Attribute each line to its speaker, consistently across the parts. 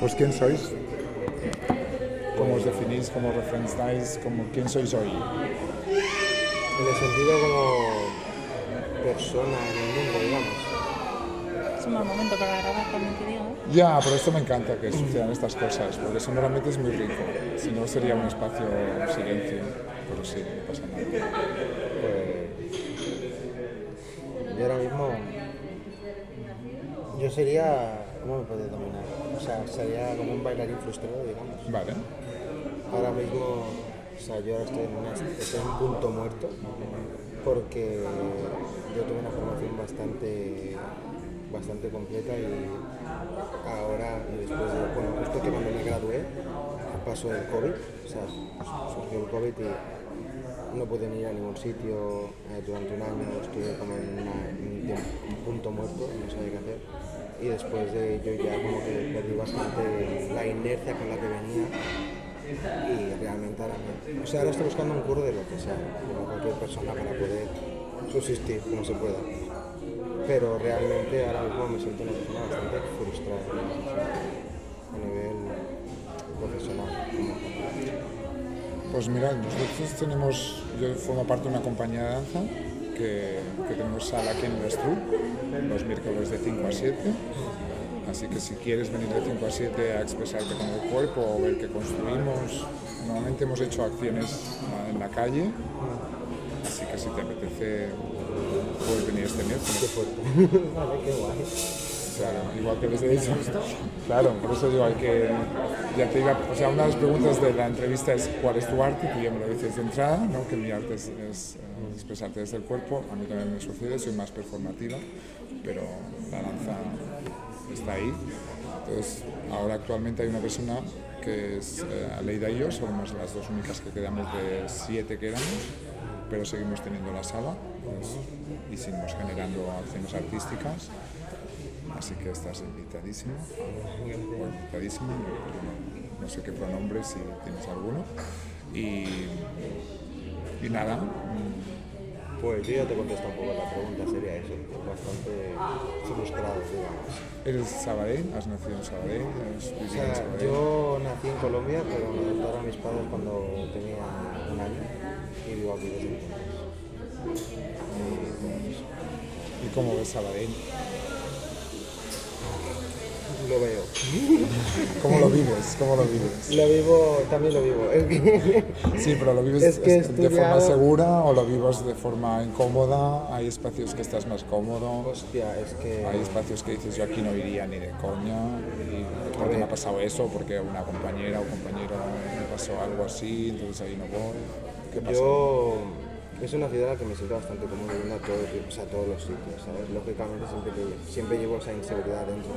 Speaker 1: pues quién sois, cómo os definís, cómo os referenciáis, cómo, quién sois hoy.
Speaker 2: En el sentido como persona en el mundo, digamos.
Speaker 3: Es un buen momento para grabar, también te digo.
Speaker 1: Ya, por esto me encanta que sucedan estas cosas, porque sonoramente es muy rico. Si no, sería un espacio silencio, pero sí, no pasa nada.
Speaker 2: Pues, yo ahora mismo. Yo sería. ¿Cómo me puedes dominar? O sea, sería como un bailarín frustrado, digamos.
Speaker 1: Vale,
Speaker 2: Ahora mismo, o sea, yo ahora estoy en, una- estoy en un punto muerto porque yo tuve una formación bastante, bastante completa y ahora, y después de, bueno, justo que cuando me gradué, pasó el COVID, o sea, surgió el COVID y no pude ni ir a ningún sitio eh, durante un año, estuve como en, una- en un tiempo- un punto muerto, no sabía qué hacer. Y después de yo ya como que perdí bastante la inercia con la que venía y realmente ahora no. O sea, ahora estoy buscando un curro de lo que sea, como cualquier persona para poder subsistir como se pueda. Pero realmente ahora mismo me siento una persona bastante frustrada ¿no? a nivel profesional.
Speaker 1: Pues mirad, nosotros tenemos, yo formo parte de una compañía de danza que, que tenemos sala aquí en el Estruc, los miércoles de 5 a 7. Así que si quieres venir de 5 a 7 a expresarte con el cuerpo o ver qué construimos, normalmente hemos hecho acciones ah, en la calle. Así que si te apetece, puedes venir este miércoles.
Speaker 2: vale, qué guay.
Speaker 1: Claro, igual que les he dicho. Claro, por eso digo, hay que. Ya te iba, o sea, una de las preguntas de la entrevista es: ¿cuál es tu arte? Tú ya me lo dices de entrada, ¿no? Que mi arte es, es, eh, expresarte desde el cuerpo. A mí también me sucede, soy más performativa, pero la danza está ahí. Entonces, ahora actualmente hay una persona que es eh, Aleida y yo, somos las dos únicas que quedamos de siete que éramos, pero seguimos teniendo la sala pues, y seguimos generando acciones artísticas. Así que estás invitadísimo. o invitadísimo. No, no sé qué pronombre, si tienes alguno. Y, y nada. mm,
Speaker 2: Pues yo ya te contesto un poco la pregunta, sería eso, bastante frustrado, digamos.
Speaker 1: Eres sabadell, has nacido en Sabadell, has
Speaker 2: O
Speaker 1: vivido en
Speaker 2: sea,
Speaker 1: Sabadell.
Speaker 2: yo nací en Colombia, pero me adoptaron mis padres cuando tenía un año y vivo aquí desde entonces.
Speaker 1: ¿Y cómo ves Sabadell?
Speaker 2: Lo veo.
Speaker 1: ¿Cómo lo vives? ¿Cómo lo vives?
Speaker 2: Lo vivo, también lo vivo. Es que,
Speaker 1: Sí, pero lo vives
Speaker 2: Es que he
Speaker 1: es- de forma
Speaker 2: estudiado-
Speaker 1: segura o lo vives de forma incómoda. Hay espacios que estás más cómodo.
Speaker 2: hostia, es que.
Speaker 1: Hay espacios que dices yo aquí no iría ni de coña y porque me ha pasado eso, porque una compañera o compañero me pasó algo así, entonces ahí no voy. ¿Qué pasa?
Speaker 2: Yo. Es una ciudad en la que me siento bastante cómodo yendo a, todo, o sea, a todos los sitios, ¿sabes? Lógicamente siempre, que- siempre llevo esa inseguridad dentro.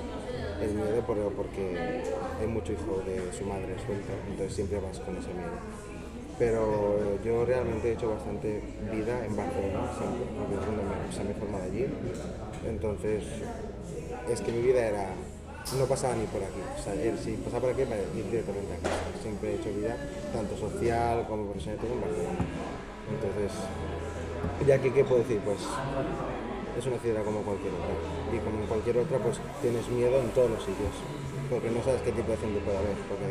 Speaker 2: El miedo por, porque hay mucho hijo de su madre suelta, entonces siempre vas con ese miedo. Pero yo realmente he hecho bastante vida en Barcelona, siempre, porque es donde me, o sea, me he formado allí. Entonces, es que mi vida era no pasaba ni por aquí o sea él, si pasaba por aquí me iba directamente a casa siempre he hecho vida tanto social como profesional todo en Barcelona entonces ya aquí qué puedo decir pues es una ciudad como cualquier otra y como en cualquier otra pues tienes miedo en todos los sitios porque no sabes qué tipo de gente puede haber porque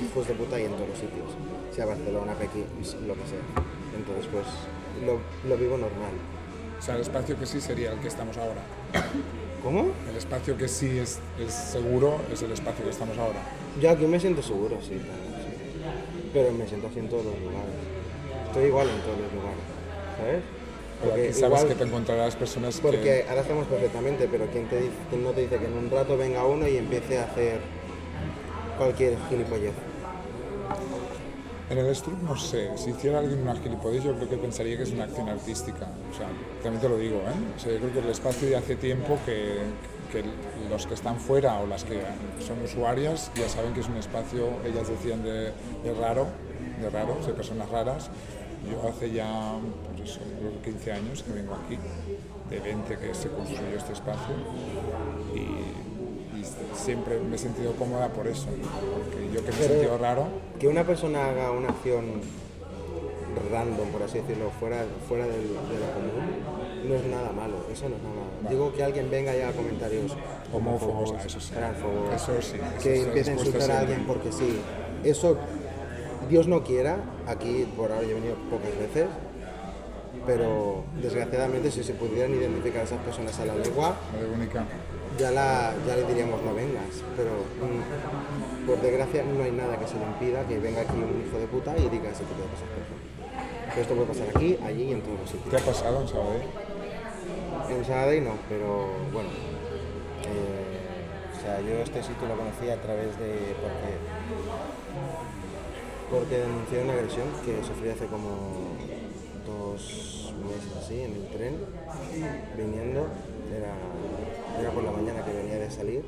Speaker 2: hijos de puta hay en todos los sitios sea Barcelona Pekín lo que sea entonces pues lo, lo vivo normal
Speaker 1: O sea, el espacio que sí sería el que estamos ahora.
Speaker 2: ¿cómo?
Speaker 1: El espacio que sí es, es seguro es el espacio que estamos ahora.
Speaker 2: Yo aquí me siento seguro, sí, también, sí. Pero me siento así en todos los lugares. Estoy igual en todos los lugares, ¿sabes?
Speaker 1: Pero aquí sabes que te encontrarás personas
Speaker 2: porque
Speaker 1: que...
Speaker 2: ahora estamos perfectamente, pero ¿quién, te dice, quién no te dice que en un rato venga uno y empiece a hacer cualquier gilipollez?
Speaker 1: En el Struck no sé, si hiciera alguien una gilipollez yo creo que pensaría que es una acción artística. O sea, también te lo digo, ¿eh? O sea, yo creo que el espacio ya hace tiempo que, que los que están fuera o las que son usuarias ya saben que es un espacio, ellas decían de, de raro, de raros, de personas raras. Yo hace ya pues eso, creo que 15 años que vengo aquí, de 20 que se construyó este espacio y, y siempre me he sentido cómoda por eso, porque yo que me he
Speaker 2: Pero-
Speaker 1: sentido raro
Speaker 2: que una persona haga una acción random, por así decirlo, fuera, fuera del- de lo común, no es nada malo, eso no es nada malo. Digo que alguien venga y haga comentarios
Speaker 1: Homófobos, ah, eso sí.
Speaker 2: transfobos,
Speaker 1: Eso sí, eso
Speaker 2: que
Speaker 1: sí,
Speaker 2: empiece a
Speaker 1: después
Speaker 2: insultar a
Speaker 1: sí.
Speaker 2: alguien porque sí. Eso, Dios no quiera, aquí por ahora yo he venido pocas veces, pero desgraciadamente si se pudieran identificar a esas personas a la lengua,
Speaker 1: La de única.
Speaker 2: ya, la, ya le diríamos no vengas, pero mm, por desgracia no hay nada que se le impida que venga aquí un hijo de puta y diga ese tipo de cosas. Pero esto puede pasar aquí, allí y en todos los sitios.
Speaker 1: ¿Te ha pasado en Sabadell?
Speaker 2: En Sabadell no, pero bueno. eh, o sea, yo este sitio lo conocí a través de. porque. porque denuncié una agresión que sufrí hace como dos meses así en el tren, viniendo. Era, era por la mañana que venía de salir,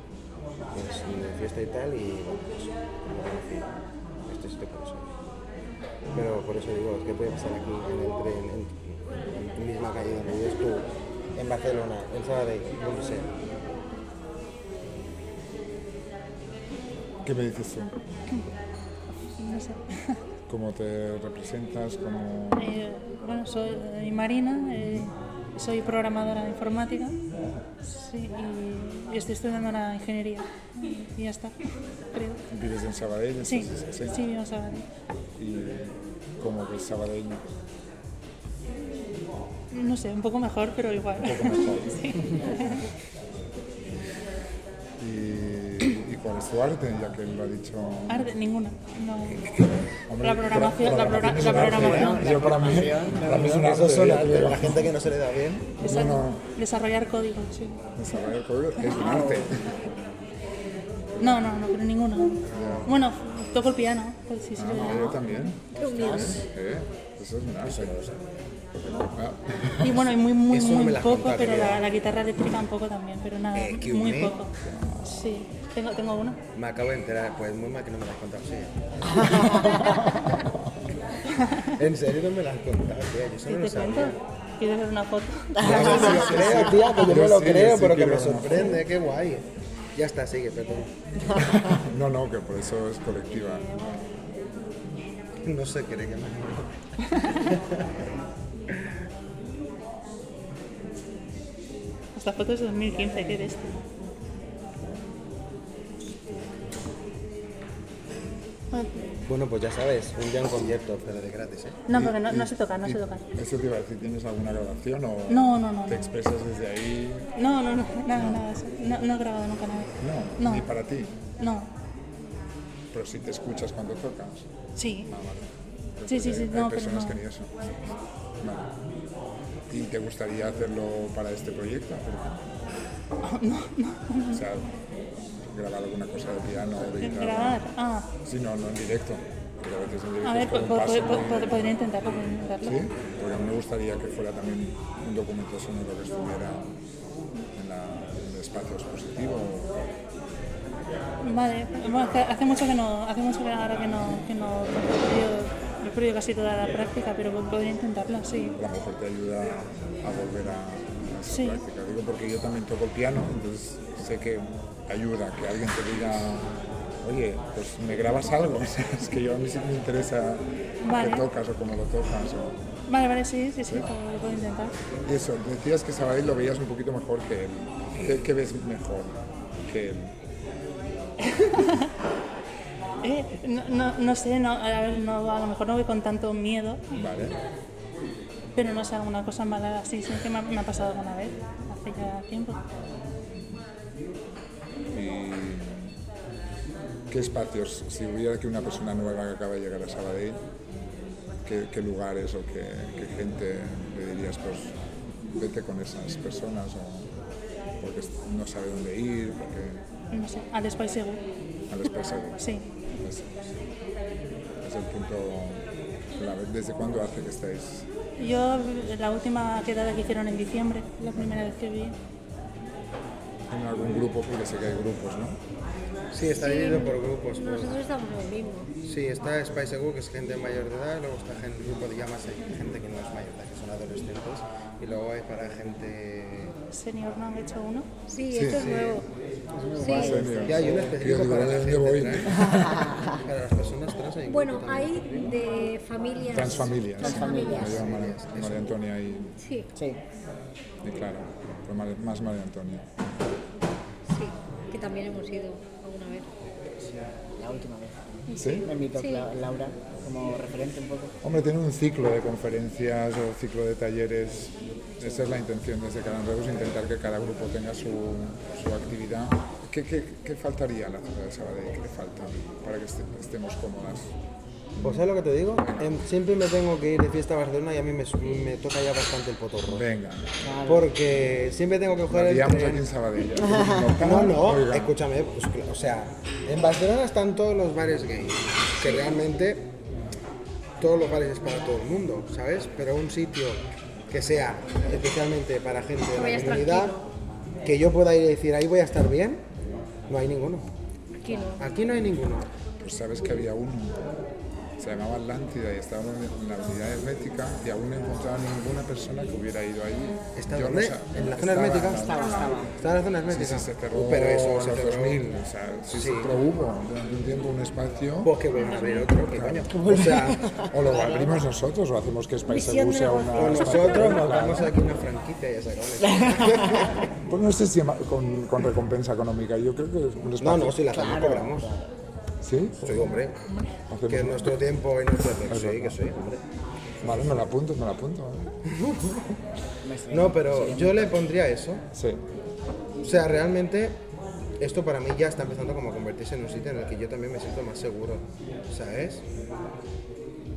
Speaker 2: pues, de fiesta y tal, y bueno, pues, lo conocí. Este sitio por eso. Pero por eso digo, es que puede pasar aquí en el tren, en, en tu misma calle donde vives tú, en Barcelona, en Sabadell, donde sea.
Speaker 1: ¿Qué me dices tú?
Speaker 3: No sé.
Speaker 1: ¿Cómo te representas? ¿Cómo...
Speaker 3: Eh, bueno, soy eh, Marina, eh, soy programadora de informática sí, y, y estoy estudiando la ingeniería. Y, y ya está, creo.
Speaker 1: ¿Vives en Sabadell?
Speaker 3: Sí,
Speaker 1: Entonces,
Speaker 3: sí, vivo en Sabadell.
Speaker 1: ¿Y cómo ves Sabadell?
Speaker 3: No sé, un poco mejor, pero igual. Sí.
Speaker 1: ¿Y, y cuál es tu arte? Ya que lo ha dicho...
Speaker 3: Arte, ninguna. No.
Speaker 1: Hombre,
Speaker 3: la programación, la,
Speaker 1: programación
Speaker 3: progra-
Speaker 1: es
Speaker 3: la
Speaker 1: un arte,
Speaker 3: programación.
Speaker 1: ¿eh? Yo para mí, para mí es un arte.
Speaker 2: Eso es
Speaker 1: ya
Speaker 2: la,
Speaker 1: te digo.
Speaker 2: la gente que no se le da bien.
Speaker 3: Exacto.
Speaker 1: no.
Speaker 3: Desarrollar código, sí.
Speaker 1: Desarrollar el código es un arte.
Speaker 3: No, no, no, pero ninguna. Bueno, f- toco el piano. pues sí, sí,
Speaker 1: Ah,
Speaker 3: sí.
Speaker 1: no, yo también.
Speaker 3: Unidos.
Speaker 1: ¿Eh? Eso es un arte. Ah,
Speaker 3: Y bueno, y muy, muy,
Speaker 2: Eso no
Speaker 3: muy
Speaker 2: me las
Speaker 3: poco,
Speaker 2: contaría.
Speaker 3: pero la, la guitarra eléctrica un poco también, pero nada,
Speaker 2: Eh, que
Speaker 3: muy
Speaker 2: une.
Speaker 3: poco. Sí, tengo, tengo una.
Speaker 2: Me acabo de enterar, pues muy mal que no me las has contado, sí. en serio no me las has contado, tía, yo
Speaker 3: ¿Te,
Speaker 2: solo lo
Speaker 3: te cuento?
Speaker 2: sabía.
Speaker 3: ¿Quieres ver una foto?
Speaker 2: No me lo creo, tía, que yo
Speaker 1: Yo
Speaker 2: me lo
Speaker 1: sí, yo
Speaker 2: creo,
Speaker 1: sí
Speaker 2: pero que
Speaker 1: quiero
Speaker 2: me
Speaker 1: una foto.
Speaker 2: sorprende, qué guay. Ya está, sigue, perdón.
Speaker 1: No, no, que por eso es colectiva.
Speaker 2: No se cree que me
Speaker 3: Esta foto es de este. 2015, ¿qué eres?
Speaker 2: Bueno, pues ya sabes, un día un concierto, pero de gratis, ¿eh?
Speaker 3: No, porque no, no se toca, no se toca.
Speaker 1: Eso te iba a decir, ¿tienes alguna grabación o
Speaker 3: No, no, no.
Speaker 1: te
Speaker 3: no.
Speaker 1: expresas desde ahí?
Speaker 3: No, no, no, nada, nada. eso. No, no he grabado nunca nada.
Speaker 1: No,
Speaker 3: No.
Speaker 1: ni para ti,
Speaker 3: No,
Speaker 1: pero sí te escuchas cuando tocas.
Speaker 3: sí.
Speaker 1: Ah, vale. Pero
Speaker 3: Sí, sí,
Speaker 1: hay-
Speaker 3: sí,
Speaker 1: hay
Speaker 3: no, pero
Speaker 1: personas
Speaker 3: no.
Speaker 1: que ni eso. Vale. ¿Y te gustaría hacerlo para este proyecto?
Speaker 3: Ah,
Speaker 1: No, no. O sea, grabar alguna cosa de piano o de guitarra.
Speaker 3: Grabar, ah.
Speaker 1: Sí, no, no en directo. Porque a veces en directo
Speaker 3: A ver,
Speaker 1: es como
Speaker 3: po-
Speaker 1: un
Speaker 3: po-
Speaker 1: paso
Speaker 3: po-
Speaker 1: muy-
Speaker 3: po- podría intentarlo, podría intentarlo.
Speaker 1: Sí, porque a mí me gustaría que fuera también un documento sonoro que estuviera en, la- en el espacio expositivo.
Speaker 3: Vale, bueno, hace, hace mucho que no, hace mucho que ahora que no, que no yo, he perdido casi toda la práctica, pero podría intentarlo, sí.
Speaker 1: A lo mejor te ayuda a volver a, a esa
Speaker 3: Sí.
Speaker 1: práctica. Digo, porque yo también toco el piano, entonces sé que ayuda que alguien te diga, oye, pues me grabas algo. O sea, es que yo a mí sí me interesa
Speaker 3: Vale.
Speaker 1: qué tocas o cómo lo tocas. o-
Speaker 3: Vale, vale, sí, sí, sí, lo, lo puedo intentar.
Speaker 1: Y eso, decías que Sabadell lo veías un poquito mejor que él. ¿Qué, qué ves mejor que él?
Speaker 3: Eh, no, no, no sé, no, a ver, no, a lo mejor no voy con tanto miedo,
Speaker 1: ¿Vale?
Speaker 3: pero no sé, alguna cosa mala así, sí que me ha, me ha pasado alguna vez, hace ya tiempo.
Speaker 1: ¿Y Eh, qué espacios? Si hubiera que una persona nueva que acaba de llegar a Sabadell, ¿qué, qué lugares o qué, qué gente le dirías, pues vete con esas personas? O, porque est- no sabe dónde ir, porque
Speaker 3: No sé, al Spice Seguro,
Speaker 1: al espacio.
Speaker 3: sí.
Speaker 1: Es, es el punto clave. ¿Desde cuándo hace que estáis?
Speaker 3: Yo, la última quedada que hicieron en diciembre, la primera vez que vi,
Speaker 1: ¿En algún grupo? Porque sé que hay grupos, ¿no?
Speaker 2: Sí, está dividido por grupos. por-
Speaker 4: Nosotros estamos en el mismo.
Speaker 2: Sí, está Spice Seguro, que es gente mayor de edad, luego está gente, grupo de llamas, hay gente que no es mayor de edad, que son adolescentes, y luego hay para gente...
Speaker 3: Senior no han hecho uno.
Speaker 4: Sí, esto es nuevo. Sí,
Speaker 1: Senior.
Speaker 2: Y hay un
Speaker 1: Yo
Speaker 2: específico
Speaker 1: digo, ¿de
Speaker 2: para la
Speaker 1: dónde
Speaker 2: gente
Speaker 1: voy?
Speaker 2: trans. Para las personas trans en grupo
Speaker 4: Bueno,
Speaker 2: también.
Speaker 4: hay de familias.
Speaker 1: Transfamilias.
Speaker 4: Transfamilias.
Speaker 1: Me llama María, María Antonia y,
Speaker 4: Sí,
Speaker 5: Sí.
Speaker 1: y Clara, pero Mar- más María Antonia.
Speaker 4: sí, que también hemos ido alguna vez.
Speaker 5: La última vez.
Speaker 1: ¿Sí?
Speaker 5: Me invitó
Speaker 4: Sí.
Speaker 5: Cla- Laura como referente un poco.
Speaker 1: Hombre, tiene un ciclo de conferencias o ciclo de talleres. Esa es la intención desde Canal Reus, intentar que cada grupo tenga su, su actividad. ¿Qué, qué, qué faltaría a la ciudad de Sabadell? ¿Qué le falta para que este- estemos cómodas?
Speaker 2: Pues ¿sabes lo que te digo? Em, siempre me tengo que ir de fiesta a Barcelona y a mí me, su- me toca ya bastante el potorro.
Speaker 1: Venga,
Speaker 2: Porque siempre tengo que
Speaker 1: la
Speaker 2: coger el
Speaker 1: liamos aquí
Speaker 2: tren.
Speaker 1: en Sabadell.
Speaker 2: No, no,
Speaker 1: Oiga.
Speaker 2: escúchame, pues, cl- o sea, en Barcelona están todos los bares gays, que realmente todos los bares es para todo el mundo, ¿sabes? Pero un sitio que sea especialmente para gente
Speaker 4: Que
Speaker 2: de la
Speaker 4: vayas
Speaker 2: comunidad, que yo pueda ir y decir, ahí voy a estar bien, no hay ninguno.
Speaker 4: Aquí no.
Speaker 2: Aquí no hay ninguno.
Speaker 1: Pues sabes que había uno, se llamaba Atlántida y estaba en la unidad hermética y aún no he encontrado ninguna persona que hubiera ido ahí.
Speaker 2: ¿Está
Speaker 1: Yo no
Speaker 2: dónde?
Speaker 1: sab-
Speaker 2: ¿En la zona
Speaker 1: estaba-
Speaker 2: hermética?
Speaker 5: Estaba, estaba.
Speaker 2: Está en la zona
Speaker 1: Sí,
Speaker 2: hermética. Uh,
Speaker 1: sí, se cerró
Speaker 2: Pero eso,
Speaker 1: en
Speaker 2: se
Speaker 1: los
Speaker 2: cerró.
Speaker 1: 2000, o sea, sí, se
Speaker 2: Sí.
Speaker 1: prohubo durante un tiempo un espacio.
Speaker 2: Pues que vuelvan a abrir otro, que coño. O sea,
Speaker 1: O lo abrimos nosotros o hacemos que Spice
Speaker 4: Visión
Speaker 1: Segur
Speaker 4: de
Speaker 1: sea una...
Speaker 4: negocio.
Speaker 2: o nosotros nos damos aquí una franquicia y ya sacamos.
Speaker 1: Pues no sé si ama- con, con recompensa económica, yo creo que es un
Speaker 2: No,
Speaker 1: espacio...
Speaker 2: no, si la gente cobramos.
Speaker 1: ¿Sí?
Speaker 2: Soy hombre.
Speaker 1: Hacemos-
Speaker 2: Que es nuestro tiempo y nuestro tiempo. Sí, que soy hombre.
Speaker 1: Vale, me lo apunto, me lo apunto. ¿eh?
Speaker 2: No, pero yo le pondría eso.
Speaker 1: Sí.
Speaker 2: O sea, realmente esto para mí ya está empezando como a convertirse en un sitio en el que yo también me siento más seguro, ¿sabes?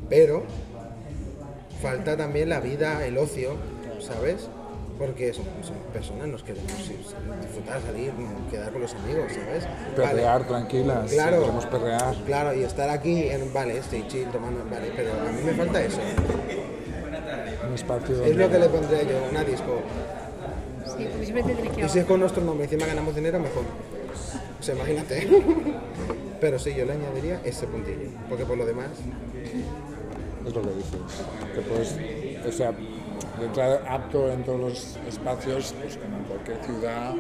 Speaker 2: Pero falta también la vida, el ocio, ¿sabes? Porque somos, somos personas, nos queremos ir, disfrutar, salir, quedar con los amigos, ¿sabes? Vale.
Speaker 1: Perrear, tranquilas.
Speaker 2: Claro.
Speaker 1: Queremos perrear.
Speaker 2: Claro, y estar aquí en vale, estoy chill, tomando, vale, pero a mí me falta eso.
Speaker 1: Un espacio
Speaker 2: Es
Speaker 1: donde...
Speaker 2: lo que le pondría yo, una disco.
Speaker 4: Sí, porque siempre te tienes que
Speaker 2: Y si es con nuestro nombre, encima ganamos dinero, mejor. O sea, imagínate. Pero sí, yo le añadiría ese puntillo, porque por lo demás,
Speaker 1: Es lo que dices. Que puedes, o sea, de entrada apto en todos los espacios, pues como en cualquier ciudad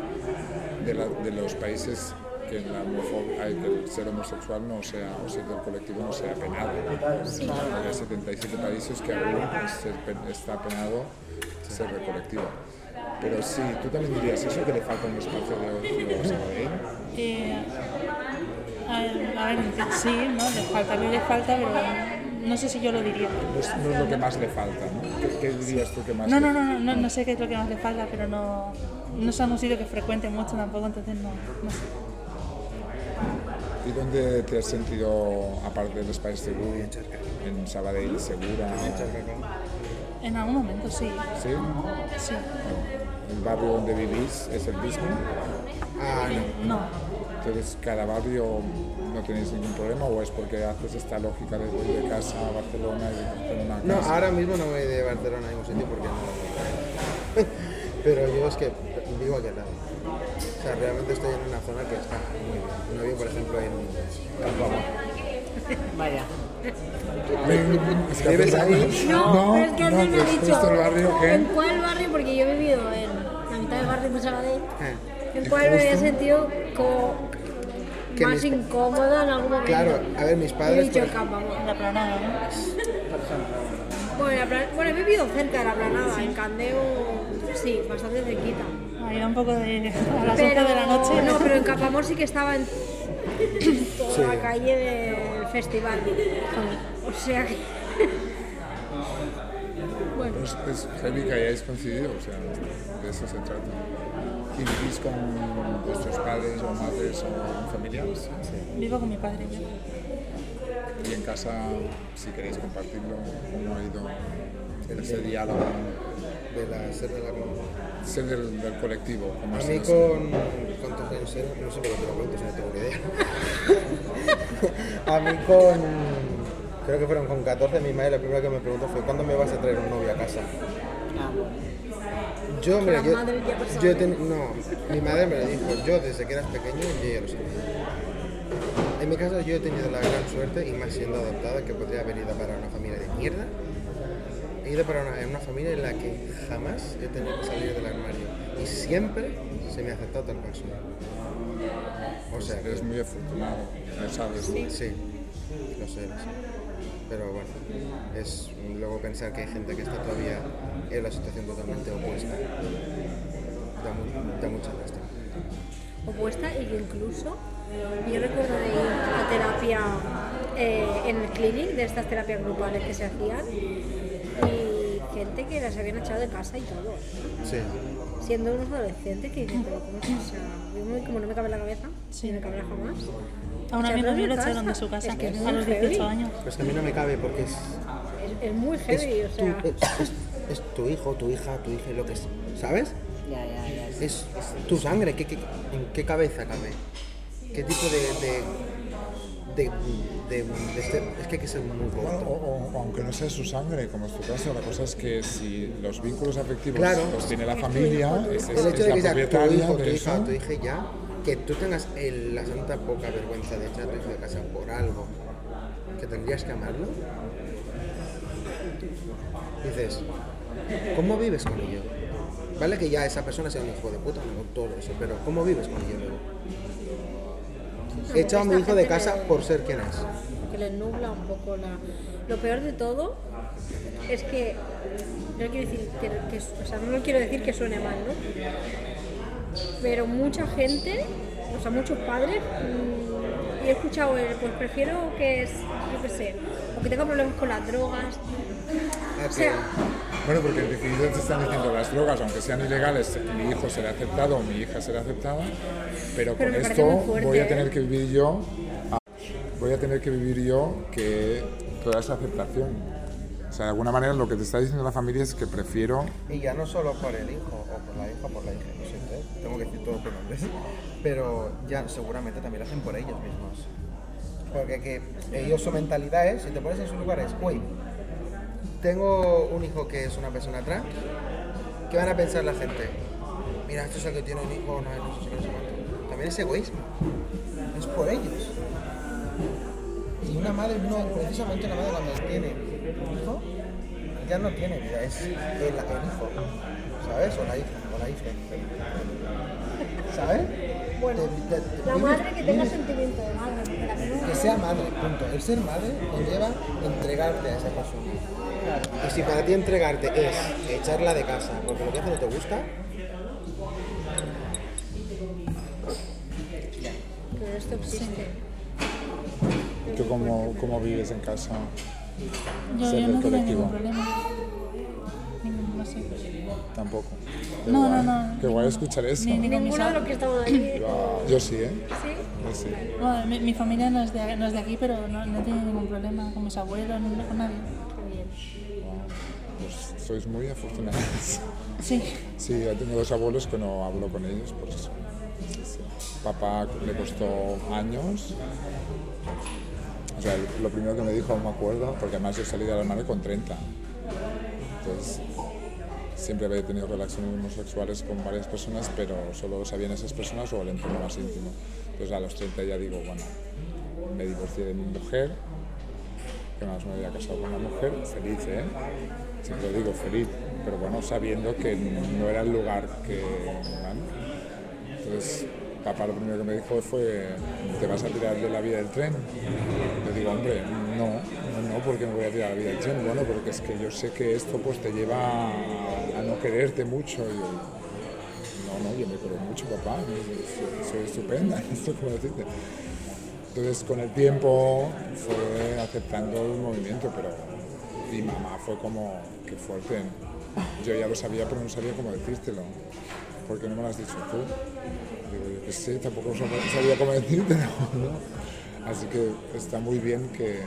Speaker 1: de, la- de los países que, la homofo- ay, que el ser homosexual no sea, o ser del colectivo no sea penado. Hay 77 países que aún es ser pe- está penado ser del colectivo. Pero sí, tú también dirías eso que le falta un espacio de ocio a Sabadell.
Speaker 3: Eh, a, a ver, sí, ¿no? Le falta, le falta, pero no sé si yo lo diría.
Speaker 1: No es, Pues, no es lo que más le falta, ¿no? ¿Qué, qué dirías tú que más
Speaker 3: No,
Speaker 1: le
Speaker 3: no, no, no, no, no sé qué es lo que más le falta, pero no, no es un sitio que frecuente mucho tampoco, entonces no, no sé.
Speaker 1: ¿Y dónde te has sentido, aparte del Spice Seguro, en Sabadell Segura?
Speaker 3: En algún momento sí,
Speaker 1: ¿Sí?
Speaker 3: sí.
Speaker 1: ¿El barrio donde vivís es el mismo?
Speaker 2: ah, no.
Speaker 3: No,
Speaker 1: Entonces, ¿cada barrio no tenéis ningún problema o es porque haces esta lógica de voy de casa a Barcelona y de Barcelona a
Speaker 2: No,
Speaker 1: casa?
Speaker 2: ahora mismo no voy de Barcelona a ningún sitio porque no. Pero yo es que vivo aquí al lado. O sea, realmente estoy en una zona que está muy bien. No vivo, por ejemplo, en Campoamor.
Speaker 5: Vaya.
Speaker 1: Es que
Speaker 2: ¿Vives
Speaker 1: hace
Speaker 2: ahí?
Speaker 1: años-
Speaker 4: No, pero es que
Speaker 1: no,
Speaker 4: antes me
Speaker 1: que
Speaker 4: ha
Speaker 1: es
Speaker 4: dicho.
Speaker 1: justo el barrio que...
Speaker 4: ¿En cuál barrio? Porque yo he vivido en la mitad del barrio de Sabadell.
Speaker 2: Eh,
Speaker 4: ¿En cuál me había sentido como
Speaker 2: Que
Speaker 4: más
Speaker 2: me-
Speaker 4: incómoda en algún momento?
Speaker 2: Claro, a ver, mis
Speaker 4: He
Speaker 2: padres.
Speaker 4: dicho
Speaker 2: por
Speaker 4: el campo,
Speaker 3: en la planada, ¿no?
Speaker 4: Bueno, la plan- bueno, he vivido cerca de la planada, en Candeo, sí, bastante cerquita.
Speaker 3: Ahí da un poco de... a las 11 de la noche.
Speaker 4: No, pero en Capamor sí que estaba en toda la calle del festival. O sea que. Bueno,
Speaker 1: Es, es heavy pues, que hayáis coincidido, o sea, de eso se trata. ¿Y vivís con vuestros padres o madres o familiares?
Speaker 3: Vivo con mi padre yo.
Speaker 1: Y en casa, si queréis compartirlo, cómo ha ido ese diálogo,
Speaker 2: de la Serra de la Cruz.
Speaker 1: ser del, del colectivo, cómo ha
Speaker 2: A mí
Speaker 1: sido
Speaker 2: con... ¿Cuántos años era? No sé por qué te lo pregunto, si no tengo ni idea. a mí con... Creo que fueron con 14, mi madre la primera que me preguntó fue ¿Cuándo me vas a traer un novio a casa?
Speaker 5: Ah, bueno.
Speaker 2: Yo, mira,
Speaker 4: la
Speaker 2: yo...
Speaker 4: madre ya pasaba.
Speaker 2: yo ten- no, mi madre me lo dijo. Yo desde que eras pequeño, yo ya lo sabía. En mi caso yo he tenido la gran suerte, y más siendo adoptada, que podría haber ido para una familia de mierda. He ido para una, en una familia en la que jamás he tenido que salir del armario. Y siempre se me ha aceptado tal persona. O sea,
Speaker 1: eso? Eres muy afortunado, ¿no ¿sabes?
Speaker 2: sí. Lo sé, lo sé. Pero bueno, es luego pensar que hay gente que está todavía en la situación totalmente opuesta. Da, mu- da mucha lástima.
Speaker 4: opuesta y que incluso yo recuerdo de ir a terapia eh, en el clinic de estas terapias grupales que se hacían y gente que las habían echado de casa y todo
Speaker 2: Sí,
Speaker 4: siendo unos adolescentes que dicen pero cómo es o sea, yo no- como no me cabe en la cabeza
Speaker 3: Sí.
Speaker 4: ni me cabrá jamás
Speaker 3: A un
Speaker 4: Se
Speaker 3: amigo
Speaker 4: habló
Speaker 3: mío lo
Speaker 4: de
Speaker 3: echaron
Speaker 4: casa.
Speaker 3: de su casa
Speaker 4: Es que es
Speaker 3: a
Speaker 4: muy
Speaker 3: los
Speaker 4: heavy.
Speaker 3: 18 años.
Speaker 2: pues que a mí no me cabe porque es,
Speaker 4: es, es muy
Speaker 2: es,
Speaker 4: heavy o
Speaker 2: tu,
Speaker 4: sea
Speaker 2: es- es- es tu hijo, tu hija, tu hija, lo que es, ¿sabes?
Speaker 5: Ya, ya, ya. sí.
Speaker 2: Es tu sangre, ¿qué, qué, en qué cabeza cabe? ¿Qué tipo de... de, de, de- de ser- es que hay que ser muy
Speaker 1: Bueno,
Speaker 2: corto.
Speaker 1: o- o- aunque no sea su sangre, como es tu caso, la cosa es que si los vínculos afectivos
Speaker 2: Claro.
Speaker 1: los tiene la familia, es, es-
Speaker 2: El hecho
Speaker 1: es
Speaker 2: de
Speaker 1: la
Speaker 2: que sea tu
Speaker 1: propietaria
Speaker 2: hijo, tu
Speaker 1: de
Speaker 2: hija,
Speaker 1: eso.
Speaker 2: tu hija ya, que tú tengas el- la santa poca vergüenza de echar a tu hijo de casa por algo que tendrías que amarlo, dices, ¿cómo vives con ello? Vale que ya esa persona sea un hijo de puta, no todo eso, pero ¿cómo vives con ello luego? He echado a mi
Speaker 4: esta
Speaker 2: hijo de
Speaker 4: gente
Speaker 2: casa
Speaker 4: le-
Speaker 2: por ser quien es.
Speaker 4: que les nubla un poco la... Lo peor de todo es que no quiero decir que, que- o sea, no quiero decir que suene mal, ¿no? Pero mucha gente, o sea, muchos padres, mm, y he escuchado, el, pues prefiero que es, yo qué sé, o que tenga problemas con las drogas,
Speaker 2: Ah,
Speaker 4: o sea,
Speaker 2: que-
Speaker 1: Bueno, porque en definitiva te están diciendo las drogas, aunque sean ilegales, mi hijo será aceptado o mi hija será aceptada, pero
Speaker 4: Pero
Speaker 1: con
Speaker 4: me parece
Speaker 1: esto
Speaker 4: muy fuerte,
Speaker 1: voy a
Speaker 4: ¿eh?
Speaker 1: tener que vivir yo, a- voy a tener que vivir yo que toda esa aceptación. O sea, de alguna manera lo que te está diciendo la familia es que prefiero
Speaker 2: Y ya no solo por el hijo o por la hija, por la hija, no sé, ¿eh? tengo que decir todo por nombres. Pero ya seguramente también lo hacen por ellos mismos. Porque que ellos su mentalidad es, si te pones en sus lugares, uy, tengo un hijo que es una persona trans, ¿qué van a pensar la gente? Mira, esto es el que tiene un hijo, no, no sé qué, no sé cuánto. También es egoísmo, es por ellos. Y una madre no, precisamente una madre cuando tiene un hijo, ya no tiene vida, es el, el hijo, ¿sabes? O la hija, o la hija. ¿Sabes?
Speaker 4: Bueno,
Speaker 2: Te- te- te-
Speaker 4: la
Speaker 2: vives-
Speaker 4: madre que tenga
Speaker 2: vives-
Speaker 4: sentimiento de madre, porque la que no-
Speaker 2: que sea madre, punto. El ser madre conlleva entregarte a esa persona. Y si para ti entregarte es echarla de casa porque lo que hace no te gusta,
Speaker 4: pero esto existe.
Speaker 1: tú cómo, cómo vives en casa.
Speaker 3: Yo,
Speaker 1: Ser
Speaker 3: yo
Speaker 1: del
Speaker 3: no tuve
Speaker 1: colectivo.
Speaker 3: ningún problema. Ningún- no sé.
Speaker 1: Tampoco. Qué
Speaker 3: No,
Speaker 1: guay.
Speaker 3: no, no,
Speaker 1: Qué guay
Speaker 3: ninguno.
Speaker 1: escuchar eso.
Speaker 3: Ni- ni-
Speaker 4: Ninguno de los que estamos ahí,
Speaker 1: Yo sí, ¿eh?
Speaker 4: ¿sí?
Speaker 1: Yo sí.
Speaker 3: Bueno, mi, mi familia no es, de, no es de aquí, pero no, no he tenido ningún problema con mis abuelos, ni con nadie.
Speaker 1: Pues sois muy afortunados.
Speaker 3: Sí,
Speaker 1: Sí, yo tengo dos abuelos que no hablo con ellos, por eso. Sí, sí. Papá le costó años. O sea, lo primero que me dijo, aún me acuerdo, porque además yo salí del armario con 30. Entonces, siempre había tenido relaciones homosexuales con varias personas, pero solo lo sabían esas personas o el entorno más íntimo. Entonces, a los 30 ya digo, bueno, me divorcié de mi mujer, que más me había casado con una mujer, feliz, ¿eh? Siempre digo feliz, pero bueno, sabiendo que no era el lugar que... ¿vale? Entonces, papá lo primero que me dijo fue, ¿te vas a tirar de la vida del tren? Le digo, hombre, no, no, no, porque me voy a tirar de la vida del tren. Bueno, porque es que yo sé que esto pues te lleva a no quererte mucho. Y yo, no, no, yo me quiero mucho, papá, soy, soy estupenda, esto como decirte. Entonces con el tiempo fue aceptando el movimiento, pero mi mamá fue como, qué fuerte. Yo ya lo sabía, pero no sabía cómo decírtelo. ¿Por qué no me lo has dicho tú? Digo, yo qué sé, tampoco sab- sabía cómo decírtelo. ¿no? Así que está muy bien que,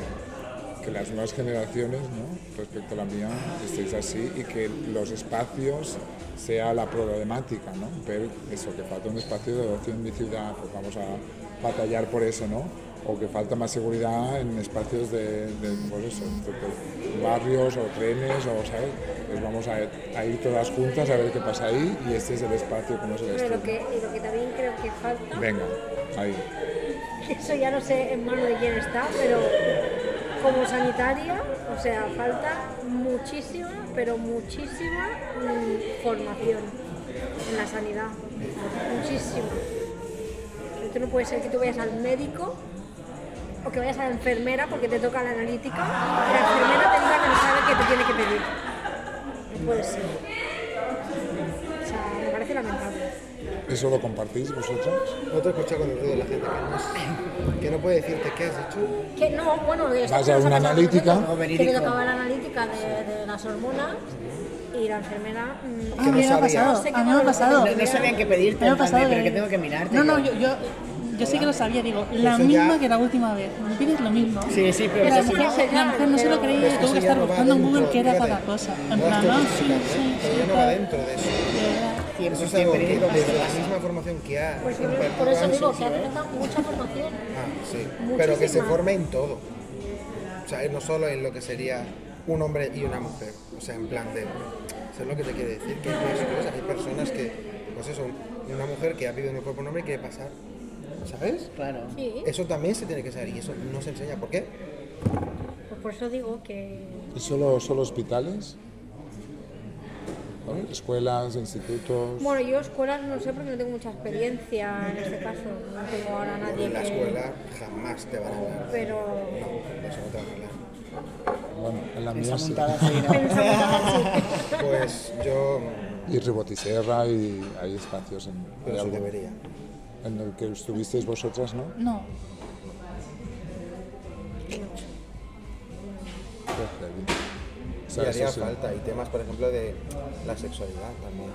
Speaker 1: que las nuevas generaciones, ¿no? respecto a la mía, estéis así y que los espacios sea la problemática, ¿no? Ver eso, que falta un espacio de ocio en mi ciudad, pues vamos a batallar por eso, ¿no? O que falta más seguridad en espacios de, de, pues eso, de- de barrios o trenes o, ¿sabes? Pues vamos a, a ir todas juntas a ver qué pasa ahí y este es el espacio, ¿cómo se ve
Speaker 4: Pero
Speaker 1: esto?
Speaker 4: lo que, y lo que también creo que falta,
Speaker 1: Venga, ahí.
Speaker 4: eso ya no sé en manos de quién está, pero como sanitaria, o sea, falta muchísima, pero muchísima mm, formación en la sanidad. Muchísima. Tú no puede ser que tú vayas al médico o que vayas a la enfermera porque te toca la analítica, y la enfermera te diga que no sabe qué te tiene que pedir. No puede ser. O sea, me parece lamentable.
Speaker 1: ¿Eso lo compartís vosotros?
Speaker 2: No te escuchas con el ruido de la gente que no, que no puede decirte qué has hecho.
Speaker 4: Que no, bueno, de
Speaker 1: Vas a una analítica.
Speaker 5: No,
Speaker 4: Que
Speaker 5: verídico.
Speaker 4: le tocaba la analítica de, de las hormonas y la enfermera. mm,
Speaker 3: A mí me ha
Speaker 2: sabía.
Speaker 3: pasado, a mí me ha pasado.
Speaker 4: No-
Speaker 5: No, no sabían qué pedirte,
Speaker 3: Me ha
Speaker 5: en plan de,
Speaker 3: pasado
Speaker 5: pero
Speaker 3: de-
Speaker 5: que tengo que mirarte.
Speaker 3: No, no, yo, yo, yo sí que lo sabía, digo, la
Speaker 2: Eso ya-
Speaker 3: misma que la última vez. Me pides lo mismo.
Speaker 5: Sí, sí, pero
Speaker 3: la,
Speaker 5: eso
Speaker 3: mujer,
Speaker 4: sí.
Speaker 3: la mujer no se lo creía y
Speaker 2: Eso
Speaker 3: tuvo que
Speaker 2: ya
Speaker 3: estar
Speaker 2: no va
Speaker 3: buscando en
Speaker 2: dentro,
Speaker 3: Google qué era
Speaker 2: fíjate.
Speaker 3: cada cosa. En
Speaker 2: No es
Speaker 3: plan, no, sí,
Speaker 2: teorística, ¿eh?
Speaker 3: sí,
Speaker 2: Eso ya
Speaker 3: sí.
Speaker 2: no va
Speaker 3: tal.
Speaker 2: dentro de eso.
Speaker 3: De verdad.
Speaker 2: Eso es
Speaker 5: 100%
Speaker 2: algo que
Speaker 5: verídico.
Speaker 2: desde la misma formación que ha
Speaker 4: Por, ejemplo,
Speaker 2: impartido
Speaker 4: pues por eso
Speaker 2: antes,
Speaker 4: digo que
Speaker 2: sí,
Speaker 4: hace
Speaker 2: ¿eh?
Speaker 4: falta mucha formación.
Speaker 2: Ah, sí.
Speaker 4: Muchísima.
Speaker 2: Pero que se forme en todo. O sea, no solo en lo que sería un hombre y una mujer. O sea, en plan de. Eso es lo que te quiere decir. Que hay, varias cosas. Hay personas que. Pues eso, una mujer que ha vivido en el cuerpo de un hombre y quiere pasar. ¿Sabes?
Speaker 5: Claro.
Speaker 4: Sí,
Speaker 2: Eso también se tiene que saber y eso no se enseña. ¿Por qué?
Speaker 4: pues por eso digo que.
Speaker 1: ¿Y solo, solo hospitales? ¿No? ¿Escuelas, institutos?
Speaker 4: Bueno, yo escuelas no sé porque no tengo mucha experiencia en este caso. No tengo ahora
Speaker 2: Porque
Speaker 4: nadie
Speaker 2: en la
Speaker 4: que-
Speaker 2: escuela jamás te van a hablar.
Speaker 4: Pero.
Speaker 2: No, de eso no te van a hablar.
Speaker 1: Bueno, en la
Speaker 5: Esa
Speaker 1: mía sí.
Speaker 5: montada así, ¿no?
Speaker 4: Pero esa montada sí.
Speaker 2: Pues yo.
Speaker 1: Y Ribotiserra y hay espacios en, hay
Speaker 2: Pero sí
Speaker 1: algo
Speaker 2: debería.
Speaker 1: en el que estuvisteis vosotras, ¿no?
Speaker 3: No,
Speaker 1: Qué heavy. O
Speaker 2: Y
Speaker 1: sea,
Speaker 2: haría
Speaker 1: eso sí.
Speaker 2: falta. Y temas, por ejemplo, de la sexualidad también.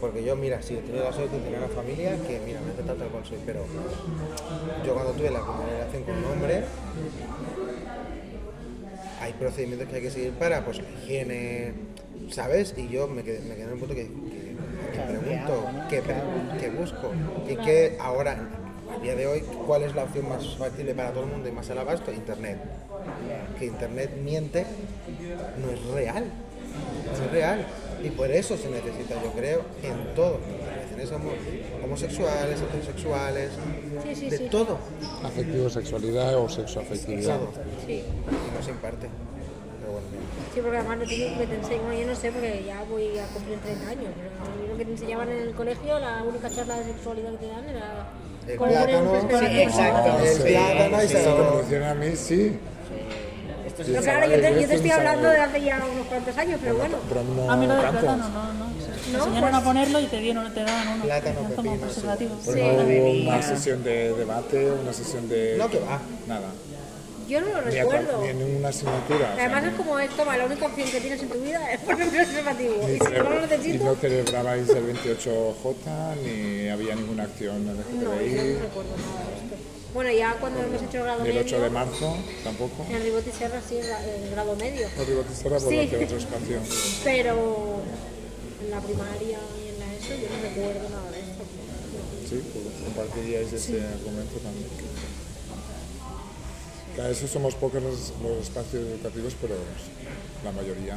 Speaker 2: Porque yo, mira, sí, he tenido la suerte de tener una familia que, mira, me ha tratado tal cual soy, pero yo cuando tuve la primera relación con un hombre, hay procedimientos que hay que seguir para, pues, la higiene, ¿sabes? Y yo me quedé, me quedé en un punto que, que- que
Speaker 5: Claro, ¿qué
Speaker 2: pregunto,
Speaker 5: hago, no?
Speaker 2: ¿qué, pre- qué busco? Y que ahora, a día de hoy, ¿cuál es la opción más factible para todo el mundo y más al abasto? Internet que Internet miente no es real. No es real. Y por eso se necesita, yo creo, en todo. En relaciones homo- homosexuales, heterosexuales,
Speaker 4: Sí, sí,
Speaker 2: de
Speaker 4: sí.
Speaker 2: todo.
Speaker 1: Afectivo, sexualidad o sexoafectividad.
Speaker 2: Todo.
Speaker 4: Sí.
Speaker 2: Y no se imparte. Pero bueno, mira.
Speaker 4: Sí, porque además lo típico que te enseñan, bueno, yo no sé porque ya voy a cumplir 30 años, pero a mí lo que te enseñaban en el colegio, la única charla de sexualidad que te dan era
Speaker 2: El
Speaker 4: colores,
Speaker 2: plátano.
Speaker 4: preservativos.
Speaker 5: Sí, exacto.
Speaker 1: Ah,
Speaker 2: El
Speaker 1: sí.
Speaker 2: plátano y
Speaker 1: Eso
Speaker 2: se
Speaker 1: que me
Speaker 2: acabó.
Speaker 1: funciona a mí, sí.
Speaker 5: Esto
Speaker 4: Pero
Speaker 5: es
Speaker 4: claro, yo te, yo te
Speaker 1: Eso
Speaker 4: estoy
Speaker 1: no
Speaker 4: hablando
Speaker 1: sabía.
Speaker 4: de hace ya unos cuantos años, pero bueno.
Speaker 1: Pero no
Speaker 3: a mí lo Ah, de
Speaker 1: tanto.
Speaker 3: plátano no, no. Se
Speaker 4: No,
Speaker 3: enseñaron
Speaker 4: pues-
Speaker 3: a ponerlo y te dieron, te daban uno.
Speaker 2: Plátano,
Speaker 3: como
Speaker 2: pepino, sí.
Speaker 3: preservativo.
Speaker 1: Pero
Speaker 4: Sí.
Speaker 1: no hubo
Speaker 5: Bebía.
Speaker 1: una sesión de debate, una sesión de...
Speaker 2: No, que va.
Speaker 1: Nada.
Speaker 4: Yo no lo
Speaker 1: Ni, a tra-
Speaker 4: recuerdo.
Speaker 1: ni en una asignatura. o sea,
Speaker 4: Además es como es, toma, la única opción que tienes en tu vida es poner un preservativo.
Speaker 1: ni
Speaker 4: Y si no lo
Speaker 1: celebra- y
Speaker 4: necesito,
Speaker 1: no
Speaker 4: no,
Speaker 1: celebrabais el 28J, ni había ninguna acción
Speaker 4: yo no
Speaker 1: LGTBI,
Speaker 4: recuerdo nada de esto. Bueno, ya cuando hemos hecho el grado
Speaker 1: ni el 8 de
Speaker 4: medio,
Speaker 1: marzo, tampoco.
Speaker 4: en Ribot y Serra sí, el grado medio.
Speaker 1: No Ribotiserra por
Speaker 4: Eh, Sí.
Speaker 1: otro espacio.
Speaker 4: Pero en la primaria y en la ESO yo no recuerdo nada de esto.
Speaker 1: Sí, pues compartiríais ese argumento también. Claro, eso somos pocos los, los espacios educativos, pero la mayoría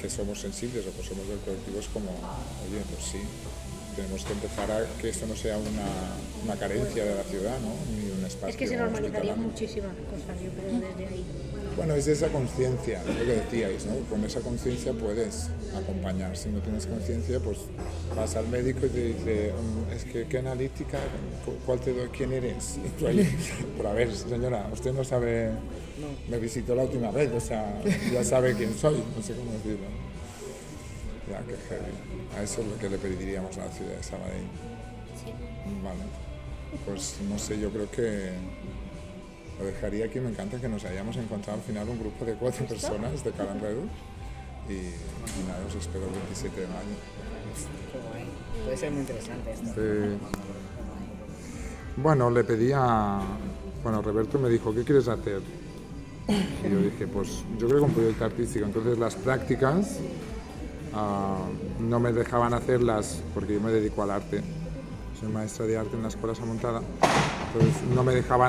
Speaker 1: que somos sensibles o que somos del colectivo es como, oye, pues sí, tenemos que empezar a que esto no sea una, una carencia de la ciudad, ¿no? Ni un espacio.
Speaker 4: Es que se normalizarían
Speaker 1: hospitalario.
Speaker 4: muchísimas cosas, yo creo, desde ahí.
Speaker 1: Bueno, es esa conciencia, es lo que decíais, ¿no? Con esa conciencia puedes acompañar. Si no tienes conciencia, pues vas al médico y te dice, "Mm, es que qué analítica, ¿Cu- ¿cuál te doy? ¿Quién eres? Y tú ahí, pero a ver, señora, usted no sabe, me visitó la última vez, o sea, ya sabe quién soy, no sé cómo decirlo. Ya, qué heavy. A eso es lo que le pediríamos a la ciudad de Sabadell. Vale. Pues no sé, yo creo que lo dejaría aquí. Me encanta que nos hayamos encontrado al final un grupo de cuatro personas de cada enredo. Y, y nada, os espero el 27 de mayo.
Speaker 5: Qué guay. Puede ser muy interesante esto.
Speaker 1: Este, Bueno, le pedía. Bueno, Roberto me dijo, ¿qué quieres hacer? Y yo dije, pues yo creo que un proyecto artístico. Entonces las prácticas ah, no me dejaban hacerlas porque yo me dedico al arte. Soy maestra de arte en la escuela Samontada. Entonces no me dejaban